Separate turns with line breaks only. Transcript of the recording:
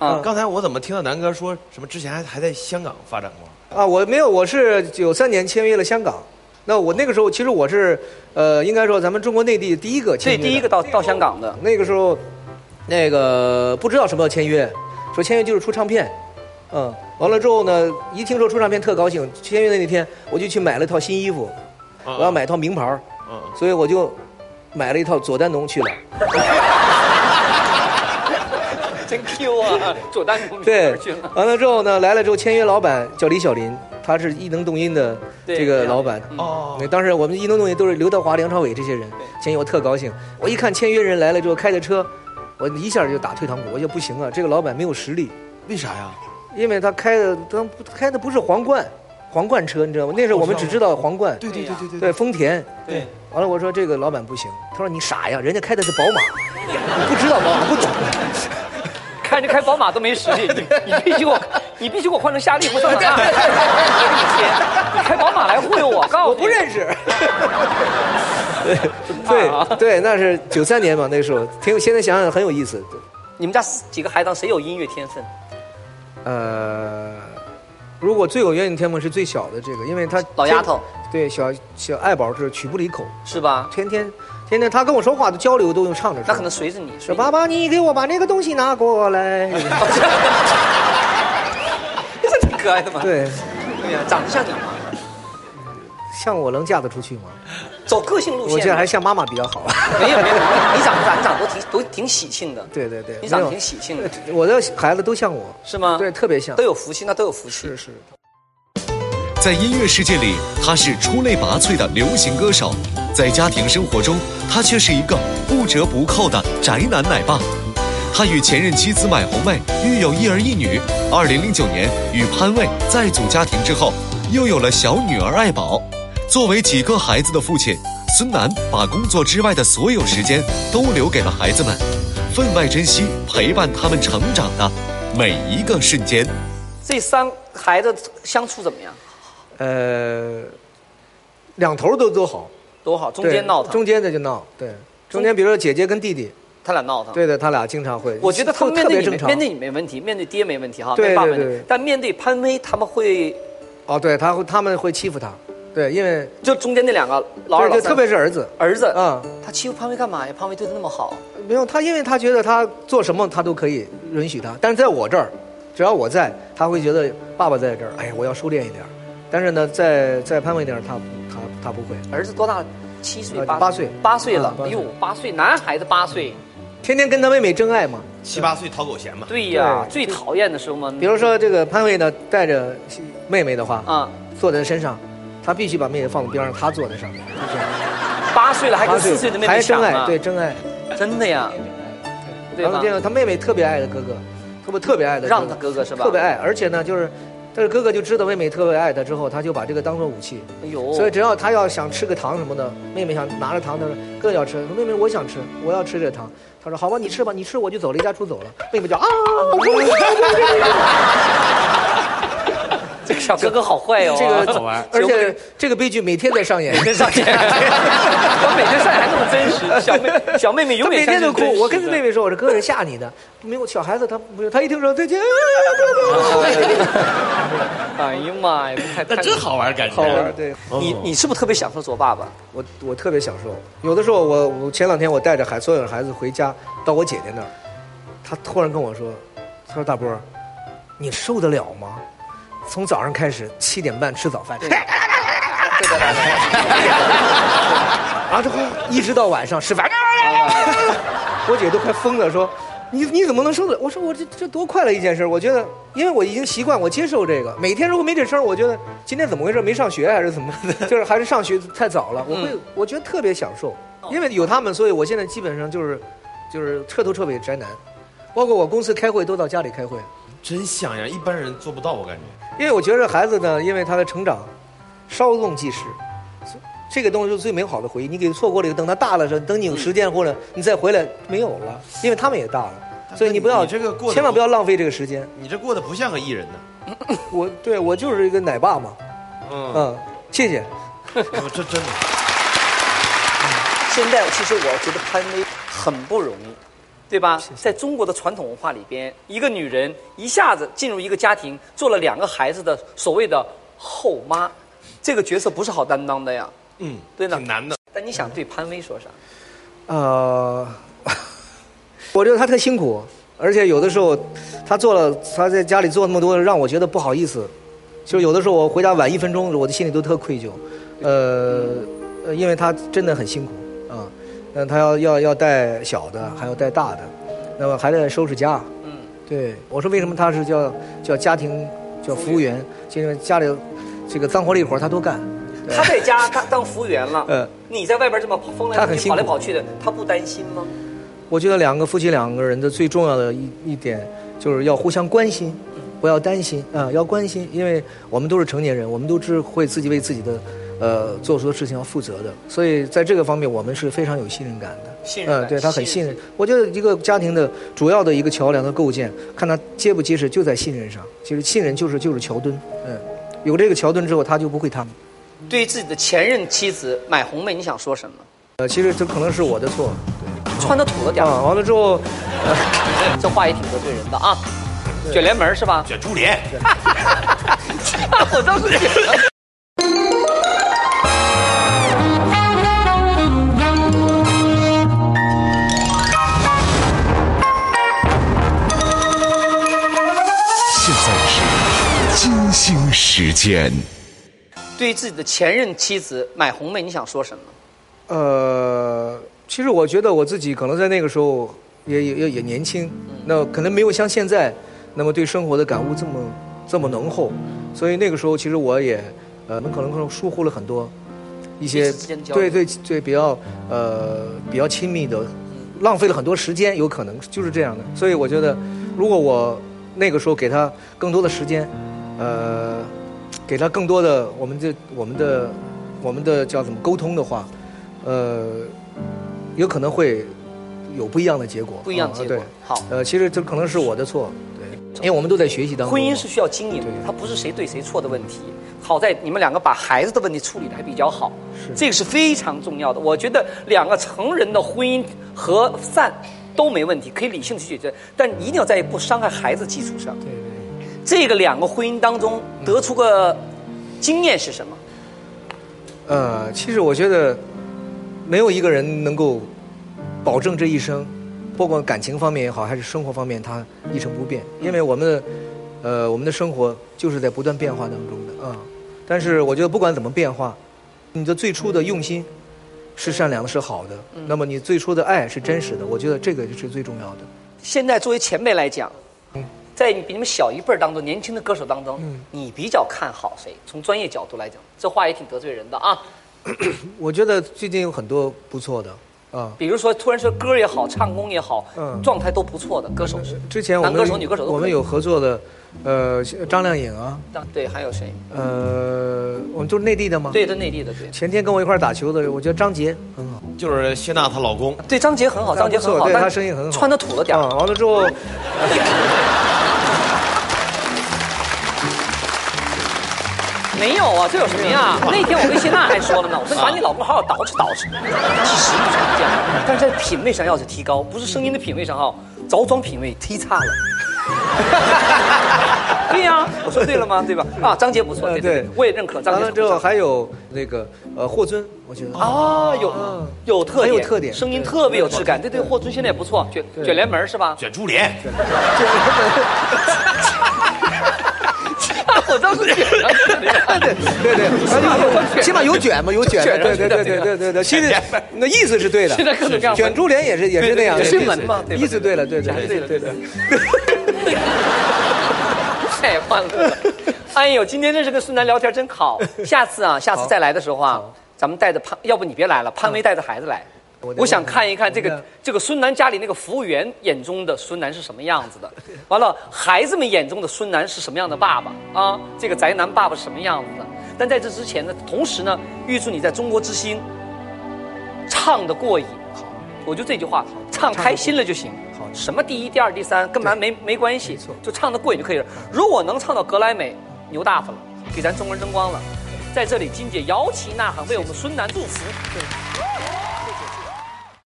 啊
刚才我怎么听到南哥说什么之前还还在香港发展过？
啊，我没有，我是九三年签约了香港。那我那个时候其实我是，呃，应该说咱们中国内地第一个签
对，
约的。
第一个到到香港的，
那个时候，那个不知道什么叫签约，说签约就是出唱片，嗯，完了之后呢，一听说出唱片特高兴。签约的那天，我就去买了一套新衣服，
嗯
我要买一套名牌儿，
嗯嗯
所以我就买了一套佐丹奴去了。
真 Q 啊！ 左丹从
对
去了，，
完了之后呢，来了之后签约老板叫李小林，他是艺能动音的
对
这个老板。
嗯
哦
那当时我们艺能动音都是刘德华、梁朝伟这些人
对，
签约我特高兴。我一看签约人来了之后开着车，我一下就打退堂鼓，我就不行啊，这个老板没有实力。
为啥呀？
因为他开的他不开的不是皇冠，皇冠车，你知道吗？那时候我们只知道皇冠，
对对对对对
对丰田。
对，
完了，我说这个老板不行，他说你傻呀，人家开的是宝马，你不知道宝马， 不懂。
看着开宝马都没实力，你你必须给我，你必须给我换成夏利或桑塔纳，
对对对
你开宝马来忽悠我，告诉
我
你
不 认识。
怎么办啊
对对，那是九三年嘛，那时候挺有，现在想想很有意思。
你们家几个孩子当谁有音乐天分？
呃，如果最有渊源天分是最小的这个，因为他
老丫头，
对小小爱宝是曲不离口，
是吧？
天天天天他跟我说话都交流都用唱着说。
那可能随着你，
说
随
爸
爸。
爸，你给我把那个东西拿过来。
这挺可爱的嘛。
对，
对呀，长得像你嘛，
像我能嫁得出去吗？
走个性路
我觉得
线。
还像妈妈比较好。
没有没有，你长得咋？你长得都挺都挺喜庆的，
对对对，
你长
没
得
有
挺喜庆的，
我的孩子都像我，
是吗？
对，，特别像
都。有福气，那都有福气
是。是。
在音乐世界里，他是出类拔萃的流行歌手；在家庭生活中，他却是一个不折不扣的宅男奶爸。他与前任妻子买红妹育有一儿一女。二零零九年与潘卫再组家庭之后，又有了小女儿爱宝。作为几个孩子的父亲，孙楠把工作之外的所有时间都留给了孩子们，分外珍惜陪伴他们成长的每一个瞬间。
这三孩子相处怎么样？
呃，两头都都好，
多好，中
对
间闹腾，
中间的就闹，对，中间比如说姐姐跟弟弟，
他俩闹腾。，
对的，他俩经常会，
我觉得他们面
特别
对你
正
没
常
面。对你没问题，面对爹没问题哈，
对
面爸
对
没问
对
题，但面对潘威他们会，
哦，对，他会他们会欺负他，对，因为
就中间那两个老二
对
老
就
三，
特别是儿子，
儿子，
啊，
他欺负潘威干嘛呀？潘威对他那么好，
没有他，因为他觉得他做什么他都可以允许他，但是在我这儿，只要我在，他会觉得爸爸在这儿，哎呀，我要收敛一点儿。但是呢，在在潘伟那儿，他他他不会，
儿子多大？七岁
呃
八
八岁
八岁了
嗯，八
哎
岁
呦，八岁，男孩子八岁，
天天跟他妹妹争爱嘛。
七八岁讨狗嫌嘛。
对呀，
对
最讨厌的时候嘛，
比如说这个潘伟呢，带着妹妹的话，
啊，
坐在身上，他必须把妹妹放在边上，他坐在上面，就这样。
八岁了还
他
跟
是
四岁的妹妹
还
抢
真
啊
爱，对，真爱。
真的呀，对
然后
吧
这？个他妹妹特别爱的哥哥，特别特别爱的哥哥，
让他哥哥是吧？
特别爱，而且呢就是。但是哥哥就知道妹妹特别爱他，之后他就把这个当做武器，
哎呦，
所以只要他要想吃个糖什么的，妹妹想拿着糖，他说哥要吃，妹妹我想吃，我要吃这糖，他说好吧，你吃吧，你吃我就走，离家出走了。妹妹就啊，
这个小哥哥好坏哦，
这个，而
小
且
妹
这个悲剧每天在上 演，
真上天， 我每天上还那么真 实，小妹小妹妹
他
永
每
远
天都
像
哭
是真实，的
我跟妹妹说，我说哥是吓你的，没有小孩子他不是，他一听说 再见，啊
哦哎呀妈呀，太
那真。好哦玩，感觉
好玩，对。
太你你是不是特别享受做爸爸？
我我特别享受。有的时候我我前两天我带着孩所有的孩子回家，到我姐姐那儿，她突然跟我说，她说大波儿，你受得了吗？从早上开始七点半吃早饭，然后之后一直到晚上吃饭，啊我姐都快疯了，说你你怎么能受得了？我说我这这多快乐一件事儿，我觉得因为我已经习惯，我接受这个。每天如果没这声儿，我觉得今天怎么回事？没上学还是怎么？ 就是还是上学太早了，我会、我觉得特别享受，因为有他们，所以我现在基本上就是就是彻头彻尾宅男，包括我公司开会都到家里开会，
真像呀，一般人做不到，我感觉。
因为我觉得孩子呢，因为他的成长稍纵即逝，这个东西是最美好的回忆。你给错过了，等他大了时候，等你有时间或者你再回来没有了，因为他们也大了，所以你不要
你这个过得
千万不要浪费这个时间。
你这过得不像个艺人呢。
我对我就是一个奶爸嘛，
嗯，
嗯，谢谢。
我这真的。
现在其实我觉得潘威很不容易，对吧？在中国的传统文化里边，一个女人一下子进入一个家庭，做了两个孩子的所谓的后妈，这个角色不是好担当的呀。
嗯，
对的
挺难的。
但你想对潘薇说啥？
呃， 我觉得他特辛苦，而且有的时候他做了，他在家里做那么多，让我觉得不好意思。就有的时候我回家晚一分钟，我的心里都特愧疚。呃，呃因为他真的很辛苦啊，那、他要要要带小的，还要带大的，那么还得收拾家。
嗯，
对，我说为什么他是叫叫家庭叫服务员，就因为家里这个脏活累活他都干。对
她在家她当服务员了，
嗯
你在外边这么疯来
她
疯
很
去
辛
跑
苦
来跑去的，她不担心吗？
我觉得两个夫妻两个人的最重要的一一点，就是要互相关心，不要担心啊、要关心，因为我们都是成年人，我们都是会自己为自己的，呃，做出的事情要负责的，所以在这个方面我们是非常有信任感的。
信任
嗯，
感
对他很
信
信
任
任。我觉得一个家庭的主要的一个桥梁的构建，看他结不结实，就在信任上。其实信任就是就是桥墩，嗯，有这个桥墩之后，他就不会塌。
对于自己的前任妻子买红梅，你想说什么？
呃，其实这可能是我的错。
穿的土了点儿，
啊，完了之后，
这话也挺得罪人的啊。卷帘门是吧？
卷珠帘，
我当时觉得。
现在是金星时间。
对于自己的前任妻子买红梅，你想说什么？
呃，其实我觉得我自己可能在那个时候也也也也年轻，
嗯
那可能没有像现在那么对生活的感悟这么这么浓厚，所以那个时候其实我也呃可能可能疏忽了很多一
彼
些
此之间的交
对
流
对对比较呃比较亲密的，浪费了很多时间，有可能就是这样的。所以我觉得，如果我那个时候给他更多的时间，呃，给他更多的我们的我们的我们的叫什么沟通的话，呃，有可能会有不一样的结果。
不一样的
啊
结果
对
好
呃，其实这可能是我的错，对，因为我们都在学习当中嘛。哦
婚姻是需要经营的
对，
它不是谁对谁错的问题。好在你们两个把孩子的问题处理的还比较好，
是
这个是非常重要的。我觉得两个成人的婚姻和散都没问题，可以理性去解决，但一定要在不伤害孩子基础上。
对对。
这个两个婚姻当中得出个经验是什么？
呃，其实我觉得，没有一个人能够保证这一生，不管感情方面也好，还是生活方面，他一成不变。因为我们的，呃，我们的生活就是在不断变化当中的啊、但是我觉得，不管怎么变化，你的最初的用心是善良的，是好的。
嗯
那么你最初的爱是真实的，我觉得这个是最重要的。
现在作为前辈来讲，在你比你们小一辈儿当中，年轻的歌手当中，
嗯
你比较看好谁？从专业角度来讲，这话也挺得罪人的啊。
我觉得最近有很多不错的啊、
比如说，突然说歌也好，唱功也好，
嗯
状态都不错的歌手是。
之前我
男
们
歌手、女歌手都可以
我们有合作的，呃，张靓颖啊，
对，还有谁？
呃，我们都是内地的吗？
对，这内地的对。
前天跟我一块儿打球的，我觉得张杰很好。
就是谢娜她老公，
对张杰很好，
他
张杰
不
很
错
好，
对
但
他声音很好嗯
穿的土了点
啊
儿，，
完了之后，
没有啊，这有什么呀？那天我跟谢娜还说了呢，我说
啊
把你老公好好捯饬捯饬，其实不是这样，但是在品味上要是提高，不是声音的品味上哈，着装品味忒差了。对呀、我说对了吗？对吧？啊，张杰不错，
呃
对对
啊对
对，我也认可张
完了
杰是不
之
错。
后还有那个呃霍尊，我觉得
啊，有有特
嗯很
点，
有特点
声音特别有质感。对对，霍尊现在也不错，卷卷帘门是吧？
卷珠帘，
我当时觉得，
对对，他就 起码有卷嘛，有卷
卷
的，对
着
对
卷
对
着
对对对对，其实
卷
那意思是对的
现。在各种各样的
卷珠帘也是也是那样的
对
意思，
对对新闻嘛对吧
意思对了，对对
对
对
对
对对。
太欢乐 了。哎呦，今天认识个孙楠聊天真好。下次啊，下次再来的时候啊，咱们带着潘，要不你别来了，潘薇带着孩子来。
我
我想看一看这
我
个
们
这个孙楠家里那个服务员眼中的孙楠是什么样子的，完了孩子们眼中的孙楠是什么样的爸爸啊？这个宅男爸爸是什么样子的？但在这之前呢，同时呢，预祝你在中国之星唱得过瘾。好，我就这句话，唱开心了就行。
好
什么第一、第二、第三，跟咱没没关系
错，
就唱得过瘾就可以了。如果能唱到格莱美，牛大发了，给咱中国人争光了。在这里，金姐摇旗呐喊，为我们孙楠祝福。